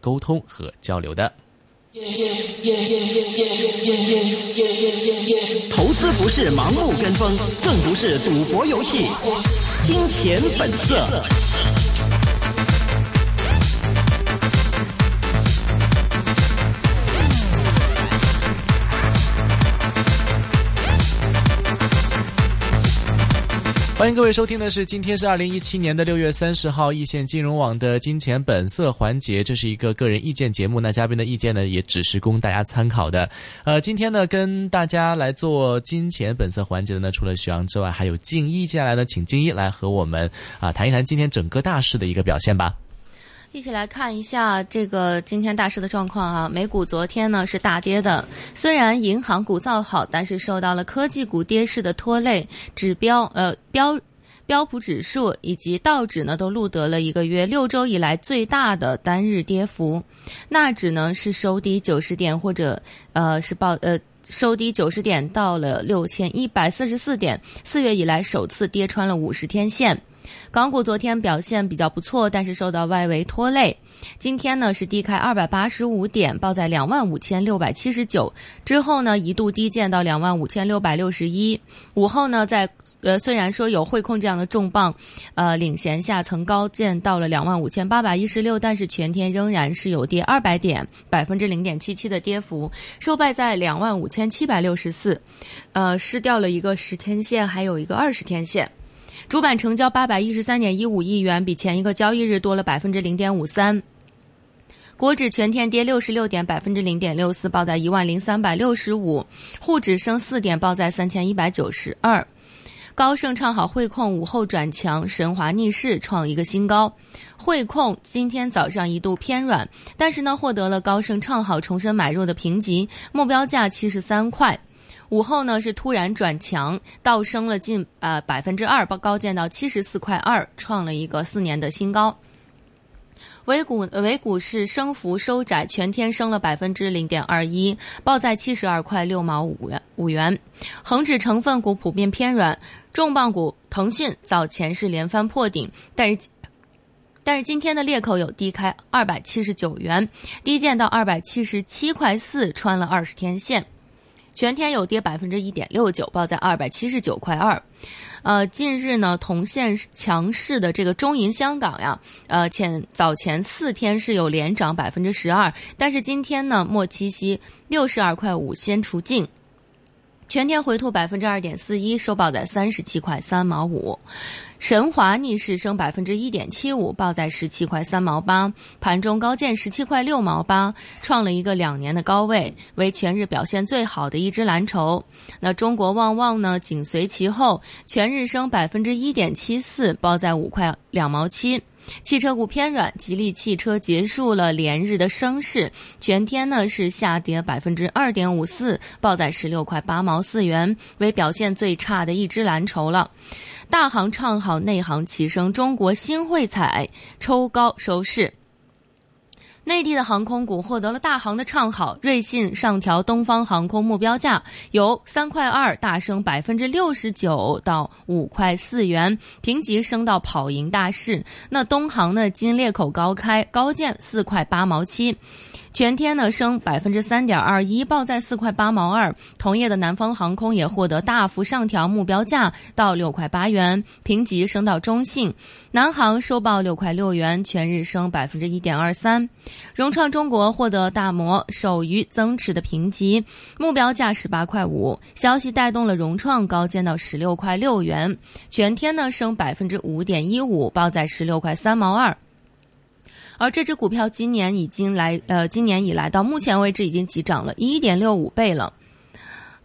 沟通和交流的。投资不是盲目跟风，更不是赌博游戏。金钱本色。欢迎各位收听的是，今天是二零一七年的六月三十号，易线金融网的金钱本色环节，这是一个个人意见节目。那嘉宾的意见呢，也只是供大家参考的。呃，今天呢，跟大家来做金钱本色环节的呢，除了徐阳之外，还有静一。接下来呢，请静一来和我们啊、谈一谈今天整个大势的一个表现吧。一起来看一下这个今天大市的状况啊。美股昨天呢是大跌的，虽然银行股造好，但是受到了科技股跌势的拖累，指标呃标。标普指数以及道指呢，都录得了一个月六周以来最大的单日跌幅。纳指呢是收低九十点，或者呃是报呃收低九十点，到了六千一百四十四点，四月以来首次跌穿了五十天线。港股昨天表现比较不错，但是受到外围拖累。今天呢是低开二百八十五点，报在两万五千六百七十九，之后呢一度低见到两万五千六百六十一。午后呢，在呃虽然说有汇控这样的重磅，呃领衔下曾高见到了两万五千八百一十六，但是全天仍然是有跌二百点，百分之零点七七的跌幅，收败在两万五千七百六十四，呃失掉了一个十天线，还有一个二十天线。主板成交八百一十三点一五亿元，比前一个交易日多了百分之零点五三。国指全天跌六十六点，百分之零点六四，报在一万零三百六十五；沪指升四点，报在三千一百九十二。高盛唱好汇控，午后转强，神华逆势创一个新高。汇控今天早上一度偏软，但是呢，获得了高盛唱好重申买入的评级，目标价七十三块。午后呢是突然转强，倒升了近呃百分之二，报高见到七十四块二，创了一个四年的新高。维股呃维股是升幅收窄，全天升了百分之零点二一，报在七十二块六毛五元五元。恒指成分股普遍偏软，重磅股腾讯早前是连番破顶，但是但是今天的裂口有低开二百七十九元，低见到二百七十七块四，穿了二十天线。全天有跌百分之一点六九，报在二百七十九块二。呃，近日呢，同线强势的这个中银香港呀，呃，前早前四天是有连涨百分之十二，但是今天呢，末期息六十二块五先除净。全天回吐百分之二点四一，收报在三十七块三毛五。神华逆势升百分之一点七五，报在十七块三毛八，盘中高见十七块六毛八，创了一个两年的高位，为全日表现最好的一只蓝筹。那中国旺旺呢，紧随其后，全日升百分之一点七四，报在五块两毛七。汽车股偏软，吉利汽车结束了连日的升势，全天呢是下跌百分之二点五四，报在十六块八毛四元，为表现最差的一只蓝筹了。大行唱好，内行齐升，中国新汇彩抽高收市。内地的航空股获得了大行的唱好，瑞信上调东方航空目标价，由三块二大升百分之六十九到五块四元，评级升到跑赢大市。那东航呢，今裂口高开，高见四块八毛七。全天呢升百分之三点二一，报在四块八毛二。同业的南方航空也获得大幅上调目标价到六块八元，评级升到中性。南航收报六块六元，全日升百分之一点二三。融创中国获得大摩首余增持的评级，目标价十八块五。消息带动了融创高见到十六块六元，全天呢升百分之五点一五，报在十六块三毛二。而这只股票今年已经来，呃，今年以来到目前为止已经急涨了一点六五倍了。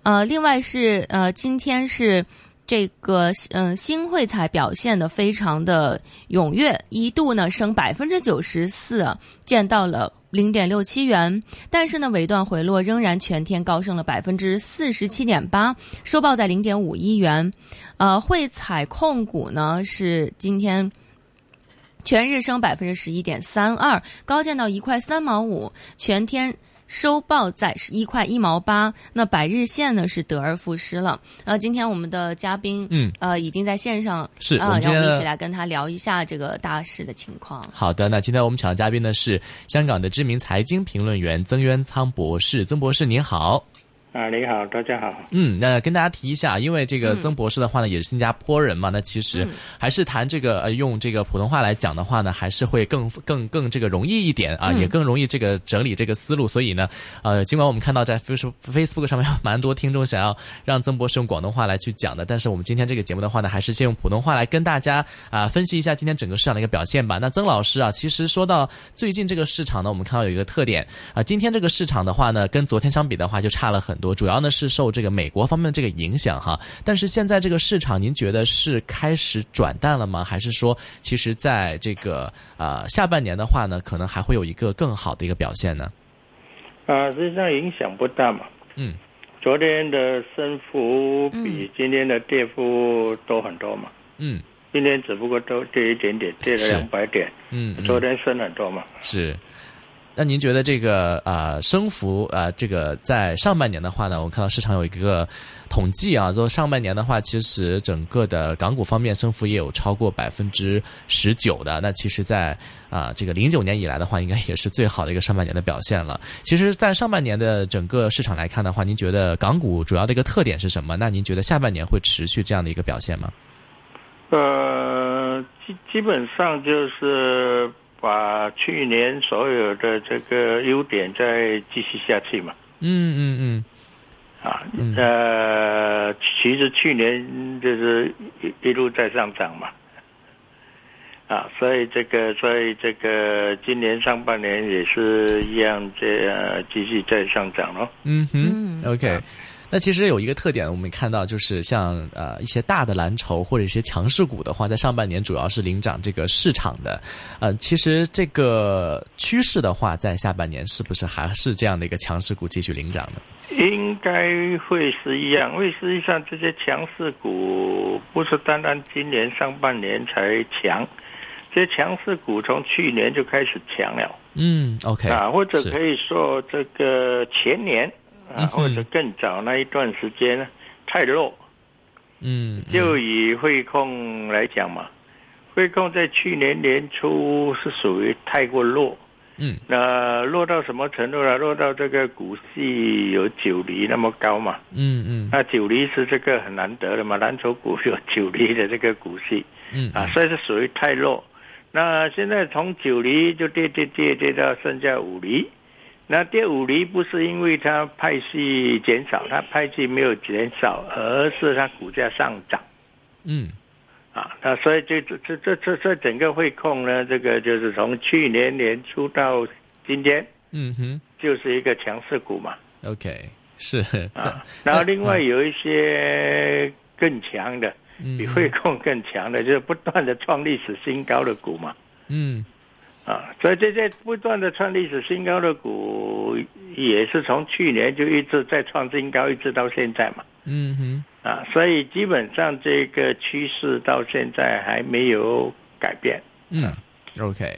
呃，另外是呃，今天是这个嗯、呃、新汇彩表现的非常的踊跃，一度呢升百分之九十四，见到了零点六七元，但是呢尾段回落，仍然全天高升了百分之四十七点八，收报在零点五一元。呃，汇彩控股呢是今天。全日升百分之十一点三二，高见到一块三毛五，全天收报在一块一毛八。那百日线呢是得而复失了。呃，今天我们的嘉宾嗯呃已经在线上是我啊，们今天让我们一的起来跟他聊一下这个大市的情况。好的，那今天我们请到嘉宾呢是香港的知名财经评论员曾渊仓博士，曾博士您好。啊，你好，大家好。嗯，那跟大家提一下，因为这个嗯曾博士的话呢，也是新加坡人嘛，那其实嗯还是谈这个呃，用这个普通话来讲的话呢，还是会更更更这个容易一点啊，嗯也更容易这个整理这个思路。所以呢，呃，尽管我们看到在 Facebook Facebook 上面有蛮多听众想要让曾博士用广东话来去讲的，但是我们今天这个节目的话呢，还是先用普通话来跟大家啊、分析一下今天整个市场的一个表现吧。那曾老师啊，其实说到最近这个市场呢，我们看到有一个特点啊，今天这个市场的话呢，跟昨天相比的话就差了很多，主要呢是受这个美国方面的这个影响哈。但是现在这个市场，您觉得是开始转淡了吗？还是说，其实在这个呃下半年的话呢，可能还会有一个更好的一个表现呢？啊，实际上影响不大嘛。嗯，昨天的升幅比今天的跌幅多很多嘛。嗯今天只不过都跌一点点，跌了是两百点。嗯，嗯昨天升很多嘛。是。那您觉得这个呃升幅呃这个在上半年的话呢，我看到市场有一个统计啊，说上半年的话，其实整个的港股方面升幅也有超过百分之十九的。那其实在，啊这个零九年以来的话，应该也是最好的一个上半年的表现了。其实，在上半年的整个市场来看的话，您觉得港股主要的一个特点是什么？那您觉得下半年会持续这样的一个表现吗？呃，基基本上就是把去年所有的这个优点再继续下去嘛。嗯嗯嗯，啊嗯，呃，其实去年就是一一路在上涨嘛，啊，所以这个，所以这个今年上半年也是一样，这样继续在上涨咯。嗯哼嗯，OK。那其实有一个特点，我们看到就是像呃一些大的蓝筹或者一些强势股的话，在上半年主要是领涨这个市场的。呃，其实这个趋势的话，在下半年是不是还是这样的一个强势股继续领涨呢？应该会是一样，因为实际上这些强势股不是单单今年上半年才强，这些强势股从去年就开始强了。嗯，OK，啊，或者是可以说这个前年啊，嗯哼或者更早那一段时间呢，太弱。嗯，嗯就以汇控来讲嘛，汇控在去年年初是属于太过弱，嗯那弱到什么程度呢？弱到这个股息有九厘那么高嘛？嗯嗯那九厘是这个很难得的嘛，蓝筹股有九厘的这个股息。嗯啊，所以是属于太弱。那现在从九厘就跌跌跌跌到剩下五厘，那跌五厘不是因为它派系减少，它派系没有减少，而是它股价上涨嗯啊。那所以这这这这这这整个汇控呢，这个就是从去年年初到今天，嗯哼就是一个强势股嘛，OK，是啊。然后另外有一些更强的，嗯比汇控更强的，就是不断的创历史新高的股嘛。嗯啊，所以这些不断的创历史新高的股，也是从去年就一直在创新高，一直到现在嘛。嗯哼。啊，所以基本上这个趋势到现在还没有改变。嗯，OK，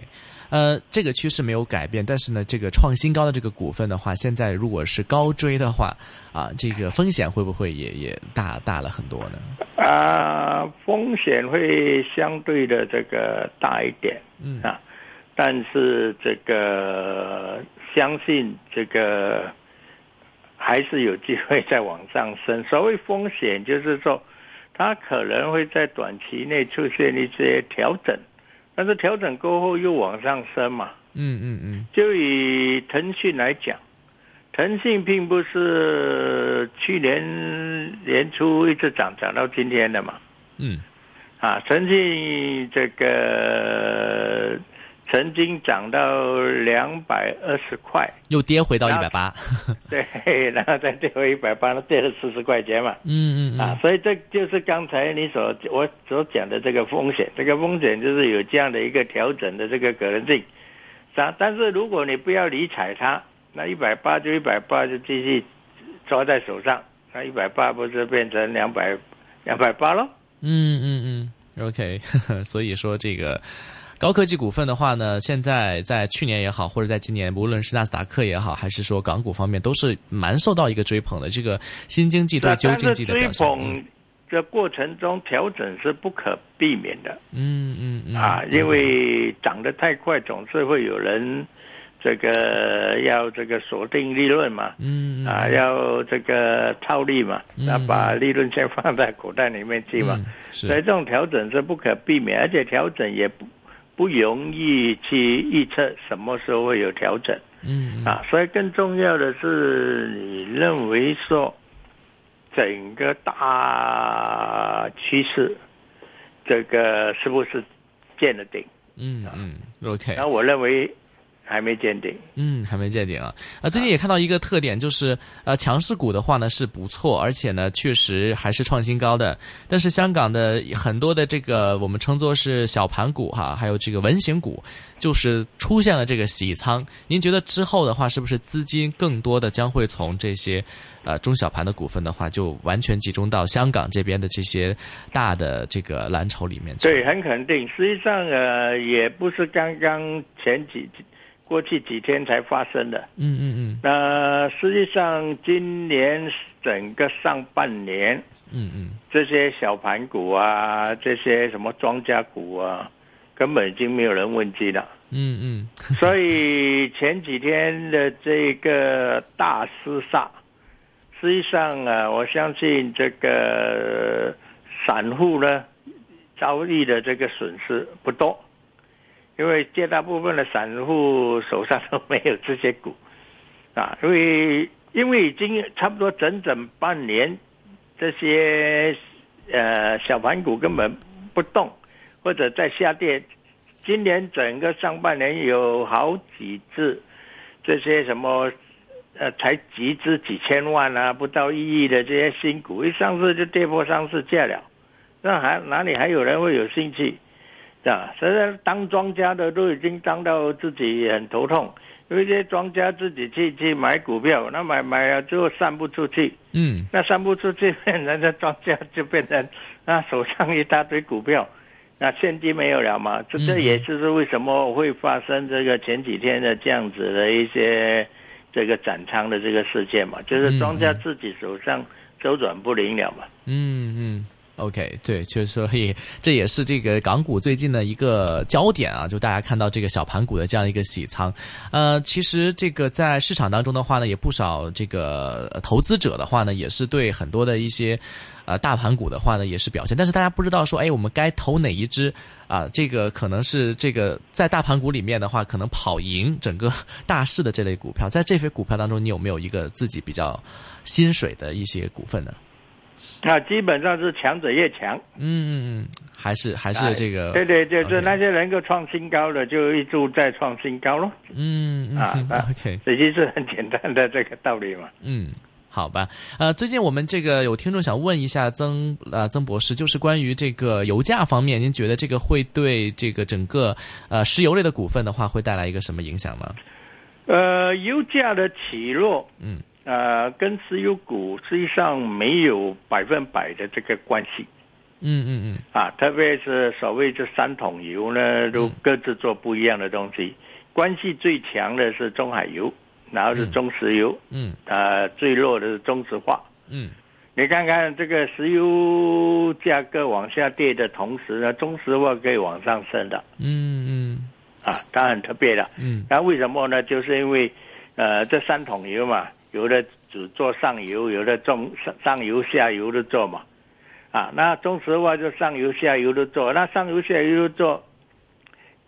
呃，这个趋势没有改变，但是呢，这个创新高的这个股份的话，现在如果是高追的话，啊，这个风险会不会也也大大了很多呢？啊，风险会相对的这个大一点嗯啊，但是这个相信这个还是有机会再往上升。所谓风险，就是说它可能会在短期内出现一些调整，但是调整过后又往上升嘛。嗯嗯嗯就以腾讯来讲，腾讯并不是去年年初一直涨涨到今天的嘛，嗯啊，曾经这个曾经涨到两百二十块，又跌回到一然后百八。对，然后再跌回一百八，跌了四十块钱嘛。嗯嗯啊嗯，所以这就是刚才你所我所讲的这个风险，这个风险就是有这样的一个调整的这个可能性。但但是如果你不要理睬它，那一百八就一百八就继续抓在手上，那一百八不是变成两百两百八喽？ 嗯嗯嗯，OK，所以说这个。高科技股份的话呢，现在在去年也好，或者在今年，无论是纳斯达克也好，还是说港股方面，都是蛮受到一个追捧的。这个新经济对旧经济的追表现，嗯捧的过程中调整是不可避免的嗯嗯嗯啊，因为涨得太快，总是会有人这个要这个锁定利润嘛，嗯嗯啊，要这个套利嘛，那把利润先放在口袋里面去嘛嗯，所以是这种调整是不可避免，而且调整也不不容易去预测什么时候会有调整。嗯嗯啊，所以更重要的是，你认为说整个大趋势，这个是不是见了顶？嗯嗯，OK。然后我认为还没见顶。嗯，还没见顶啊！啊，最近也看到一个特点，就是呃，强势股的话呢是不错，而且呢确实还是创新高的。但是香港的呃很多的这个我们称作是小盘股哈，还有这个文型股，就是出现了这个洗仓。您觉得之后的话，是不是资金更多的将会从这些呃中小盘的股份的话，就完全集中到香港这边的这些大的这个蓝筹里面去？对，很肯定。实际上，呃，也不是刚刚前几过去几天才发生的。嗯嗯那实际上，今年整个上半年，嗯嗯嗯，这些小盘股啊，这些什么庄家股啊，根本已经没有人问津了。嗯嗯所以前几天的这个大厮杀，实际上啊，我相信这个散户呢遭遇的这个损失不多，因为绝大部分的散户手上都没有这些股啊，因为因为已经差不多整整半年，这些呃小盘股根本不动，或者在下跌。今年整个上半年有好几次，这些什么呃才集资几千万啊，不到一亿的这些新股，一上市就跌破上市价了，那还哪里还有人会有兴趣？啊，所以当庄家的都已经当到自己很头痛，因为这些庄家自己去去买股票，那买买了之后散不出去，嗯那散不出去，变成这庄家就变成那手上一大堆股票，那现金没有了嘛？这这嗯也就是为什么会发生这个前几天的这样子的一些这个斩仓的这个事件嘛，就是庄家自己手上周转不灵了嘛。嗯嗯，OK，对，确实，所以这也是这个港股最近的一个焦点啊，就大家看到这个小盘股的这样一个洗仓。呃，其实这个在市场当中的话呢，也不少这个呃投资者的话呢，也是对很多的一些。呃，大盘股的话呢，也是表现，但是大家不知道说，哎，我们该投哪一只啊、这个可能是这个在大盘股里面的话，可能跑赢整个大市的这类股票，在这些股票当中，你有没有一个自己比较心水的一些股份呢？那基本上是强者越强，嗯，嗯嗯，还是还是这个，对对，就 OK 是那些能够创新高的，就一直在创新高咯，嗯嗯啊嗯啊，OK，这就是很简单的这个道理嘛。嗯。好吧，呃，最近我们这个有听众想问一下曾呃曾博士，就是关于这个油价方面，您觉得这个会对这个整个呃石油类的股份的话，会带来一个什么影响吗？呃，油价的起落，嗯，呃，跟石油股实际上没有百分百的这个关系嗯嗯啊，特别是所谓这三桶油呢，都各自做不一样的东西，关系最强的是中海油，然后是中石油，嗯呃，最弱的是中石化。嗯你看看这个石油价格往下跌的同时呢，中石化可以往上升的嗯嗯啊，它很特别的。嗯那为什么呢？就是因为，呃，这三桶油嘛，有的只做上游，有的中上上游、下游都做嘛，啊，那中石化就上游、下游都做，那上游、下游都做，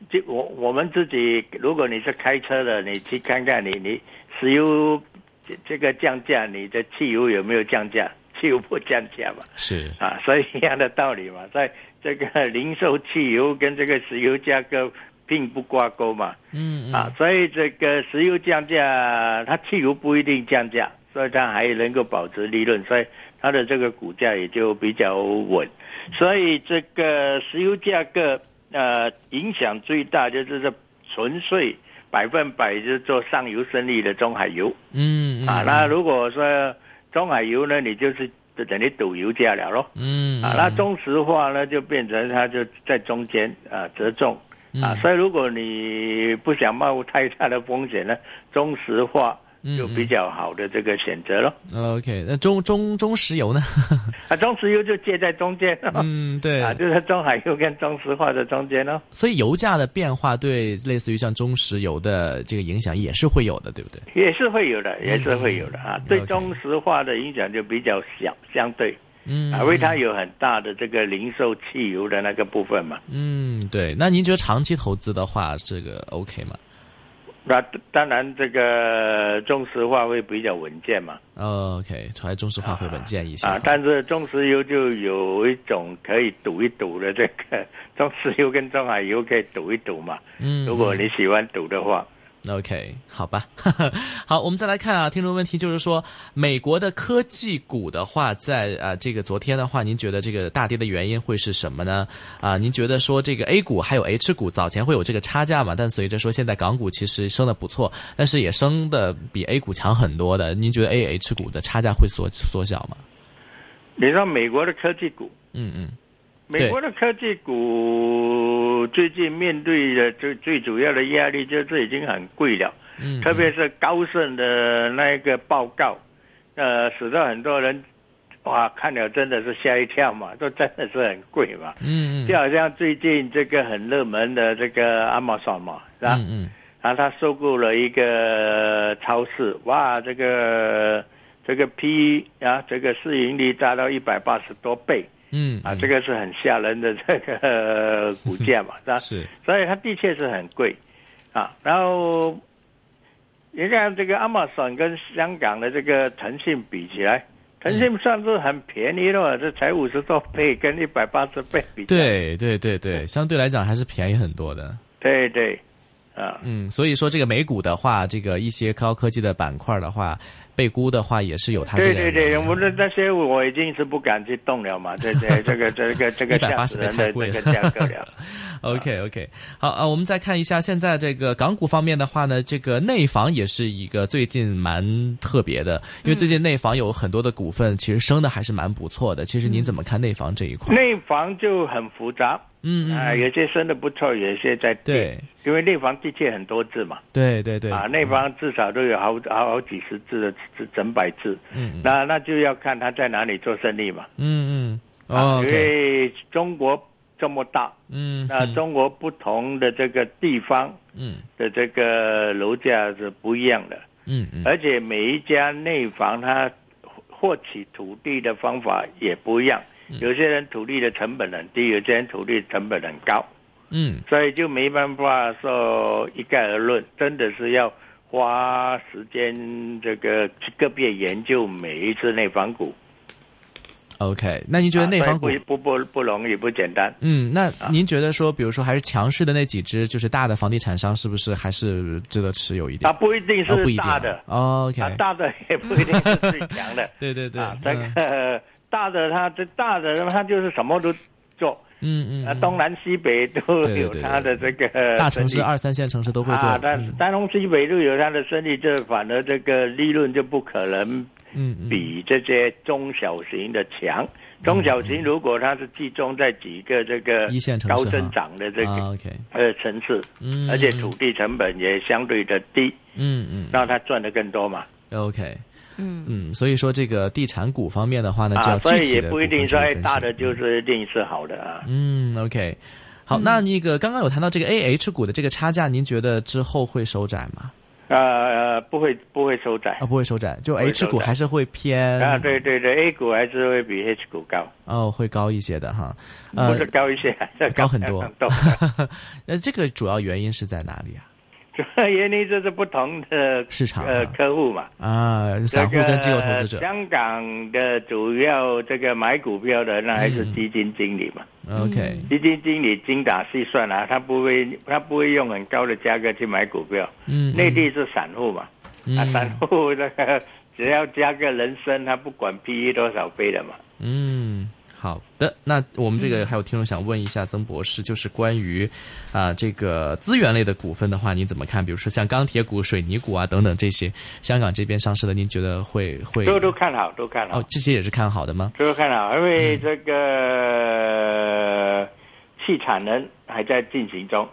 就我我们自己，如果你是开车的，你去看看你你石油这这个降价，你的汽油有没有降价？汽油不降价嘛，是，啊，所以一样的道理嘛，在这个零售汽油跟这个石油价格并不挂钩嘛，嗯啊嗯，所以这个石油降价，它汽油不一定降价，所以它还能够保持利润，所以它的这个股价也就比较稳。所以这个石油价格呃影响最大就是这纯粹百分百就是做上游生意的中海油嗯啊。那如果说中海油呢，你就是就等于赌油价了咯。嗯啊，那中石化呢就变成它就在中间啊折中嗯啊，所以如果你不想冒太大的风险呢，中石化嗯就比较好的这个选择咯。 OK，那中中中石油呢？啊，中石油就介在中间了，嗯，对啊，就在中海油跟中石化的中间咯。所以油价的变化对类似于像中石油的这个影响也是会有的，对不对？也是会有的，也是会有的啊嗯。对 OK 中石化的影响就比较小，相对嗯，啊，因为它有很大的这个零售汽油的那个部分嘛。嗯，对。那您觉得长期投资的话，这个 OK 吗？那当然，这个中石化会比较稳健嘛。呃 OK，还是中石化会稳健一些啊，但是中石油就有一种可以赌一赌的这个，中石油跟中海油可以赌一赌嘛。嗯，如果你喜欢赌的话， OK，好吧， 好，我们再来看啊，听众问题就是说，美国的科技股的话，在啊、呃这个昨天的话，您觉得这个大跌的原因会是什么呢？啊、您觉得说这个 A 股还有 H 股早前会有这个差价嘛？但随着说现在港股其实升的不错，但是也升的比 A 股强很多的，您觉得 A H 股的差价会缩缩小吗？你说美国的科技股，嗯嗯对美国的科技股最近面对的最最主要的压力就是已经很贵了，嗯，特别是高盛的那个报告，呃，使得很多人哇看了真的是吓一跳嘛，都真的是很贵嘛。嗯嗯就好像最近这个很热门的这个 Amazon 嘛，是吧？嗯嗯然后他收购了一个超市，哇，这个这个 P 啊，这个市盈率达到一百八十多倍嗯啊，这个是很吓人的这个呃股 价嘛，是吧？是所以它的确是很贵啊。然后你看这个 Amazon 跟香港的这个腾讯比起来，腾讯算是很便宜了，这才五十多倍，跟一百八十倍比较，对对对对，相对来讲还是便宜很多的。对对，啊，嗯，所以说这个美股的话，这个一些高科技的板块的话，被估的话也是有它这对个对对，我的那些我已经是不敢去动 了嘛，这这这个这个这个吓死人180的这倍太个贵价格了。 OK OK，好啊，我们再看一下现在这个港股方面的话呢，这个内房也是一个最近蛮特别的，嗯因为最近内房有很多的股份其实升的还是蛮不错的。其实您怎么看内房这一块？嗯内房就很复杂，嗯啊，嗯，有些升的不错，有些在跌，对因为内房的确很多字嘛。对对对，啊，内房至少都有好好好几十字的整整百字，嗯那那就要看他在哪里做生意嘛。嗯嗯啊，哦因，OK，为中国这么大，嗯，那嗯中国不同的这个地方嗯的这个楼价是不一样的，嗯嗯而且每一家内房它获取土地的方法也不一样，嗯有些人土地的成本很低，有些人土地成本很高。嗯所以就没办法说一概而论，真的是要花时间这个去个别研究每一只内房股。 ，OK，那您觉得内房股啊所以不不不不容易，不简单。嗯，那啊您觉得说，比如说还是强势的那几只，就是大的房地产商，是不是还是值得持有一点？它啊不一定哦不是一定大啊的，哦，OK，。啊，大的也不一定是最强的对 对对，啊，这嗯个 大的它这大的它就是什么都做，嗯啊，嗯，东南西北都对对有对它的这个 大城市、生意二三线城市都会做啊，，但是嗯丹东西北路有它的生意，这反而这个利润就不可能嗯嗯比这些中小型的强。中小型如果它是集中在几个这个嗯一线城市高哈增长的这啊个，OK，呃城市，嗯，而且土地成本也相对的低，嗯嗯让它赚的更多嘛。嗯，OK，嗯嗯，所以说这个地产股方面的话呢，就啊，要所以具体也的不一定说哎大的是。就是嗯一定是好的啊。嗯，OK，好，那那个刚刚有谈到这个 A H 股的这个差价，您觉得之后会收窄吗？呃，不会不会收窄啊，不会收窄，就不会 H 收股窄还是会偏啊，对对对，A 股还是会比 H 股高，哦，会高一些的哈。不呃是，高一些，还是 高很多很多。呃，这个主要原因是在哪里啊？主要原因就是不同的市场呃啊客户嘛，啊，散户这个呃跟机构投资者。香港的主要这个买股票的那还是嗯基金经理嘛， OK，基金经理精打细算啊，他不会他不会用很高的价格去买股票，嗯，内地是散户嘛，啊嗯散户那个 只要加个人参，他不管 PE 多少倍的嘛。嗯，好的。那我们这个还有听众想问一下曾博士，就是关于啊、这个资源类的股份的话，您怎么看？比如说像钢铁股、水泥股啊等等这些，香港这边上市的，您觉得会会都都看好，都看好哦，，这些也是看好的吗？都都看好，因为嗯呃这个气产能还在进行中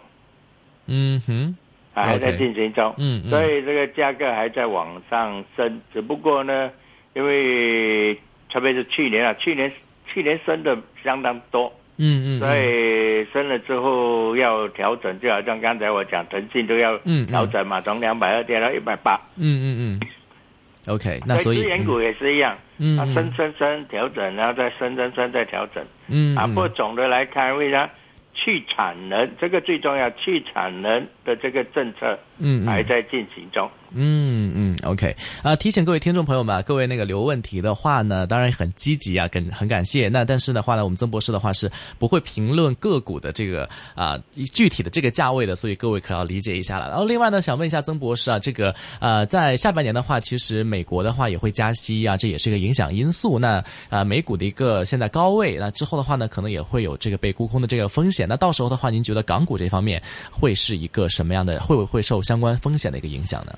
嗯哼，啊，还在 OK 进行中。嗯嗯所以这个价格还在往上升，只不过呢，因为特别是去年啊，去年去年升的相当多，嗯嗯，所以升了之后要调整，就好像刚才我讲腾讯都要嗯嗯调整嘛，从两百二跌到一百八，嗯嗯嗯，OK，那所所以以资源股也是一样，嗯它嗯升升升调整，然后再升升升再调整。嗯啊，不过总的来看，为啥去产能这个最重要，去产能的这个政策嗯还嗯在进行中。嗯嗯，OK 啊，提醒各位听众朋友们啊，各位那个留问题的话呢，当然很积极啊，很很感谢。那但是的话呢，我们曾博士的话是不会评论个股的这个啊具体的这个价位的，所以各位可要理解一下了。然后另外呢，想问一下曾博士啊，这个呃，在下半年的话，其实美国的话也会加息啊，这也是个影响因素。那啊，美股的一个现在高位，那之后的话呢，可能也会有这个被沽空的这个风险。那到时候的话，您觉得港股这方面会是一个什么样的，会不会受相关风险的一个影响呢？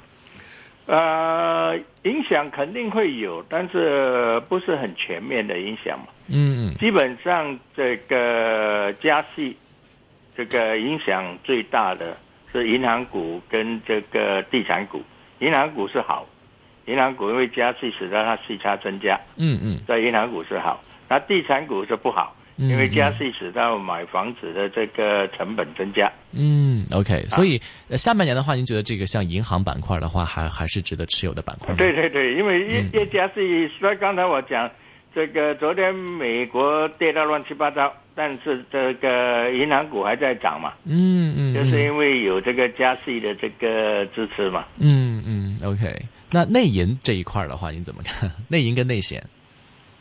呃，影响肯定会有，但是不是很全面的影响嘛。嗯基本上这个加息，这个影响最大的是银行股跟这个地产股。银行股是好，银行股因为加息使得它息差增加，嗯嗯在银行股是好，那地产股是不好，嗯因为加息使到买房子的这个成本增加。嗯嗯，OK。所以呃下半年的话，您觉得这个像银行板块的话，还还是值得持有的板块吗？对，对对，因为嗯一一加息，所以刚才我讲这个，昨天美国跌到乱七八糟，但是这个银行股还在涨嘛，嗯嗯，就是因为有这个加息的这个支持嘛。嗯嗯，OK。那内银这一块的话，您怎么看？ 内银跟内险，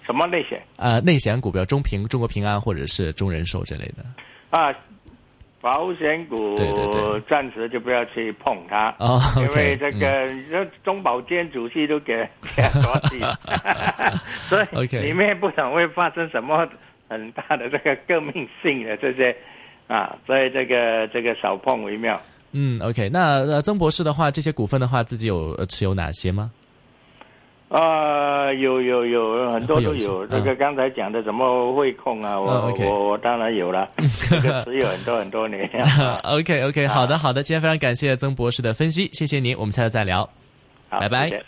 什么类型呃，内险股票中平、中国平安或者是中人寿之类的。啊？保险股对对对暂时就不要去碰它。哦因，OK，嗯为这个，这中保监主席都给 给他抓 起，所 OK 以里面不懂会发生什么很大的这个革命性的这些啊，所以这个这个少碰为妙。嗯，OK 那。呃，曾博士的话，这些股份的话，自己有呃持有哪些吗？ 啊，有有有，很多都会有有。一些嗯这个刚才讲的什么汇控啊，我、嗯，OK 我我当然 有了，这个持有很多很多年。 OK OK，好啊的好的，今天非常感谢曾博士的分析，谢谢您，我们下次再聊。好拜拜谢谢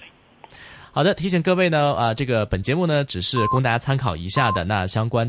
好的，提醒各位呢，啊、这个本节目呢只是供大家参考一下的，那相关的。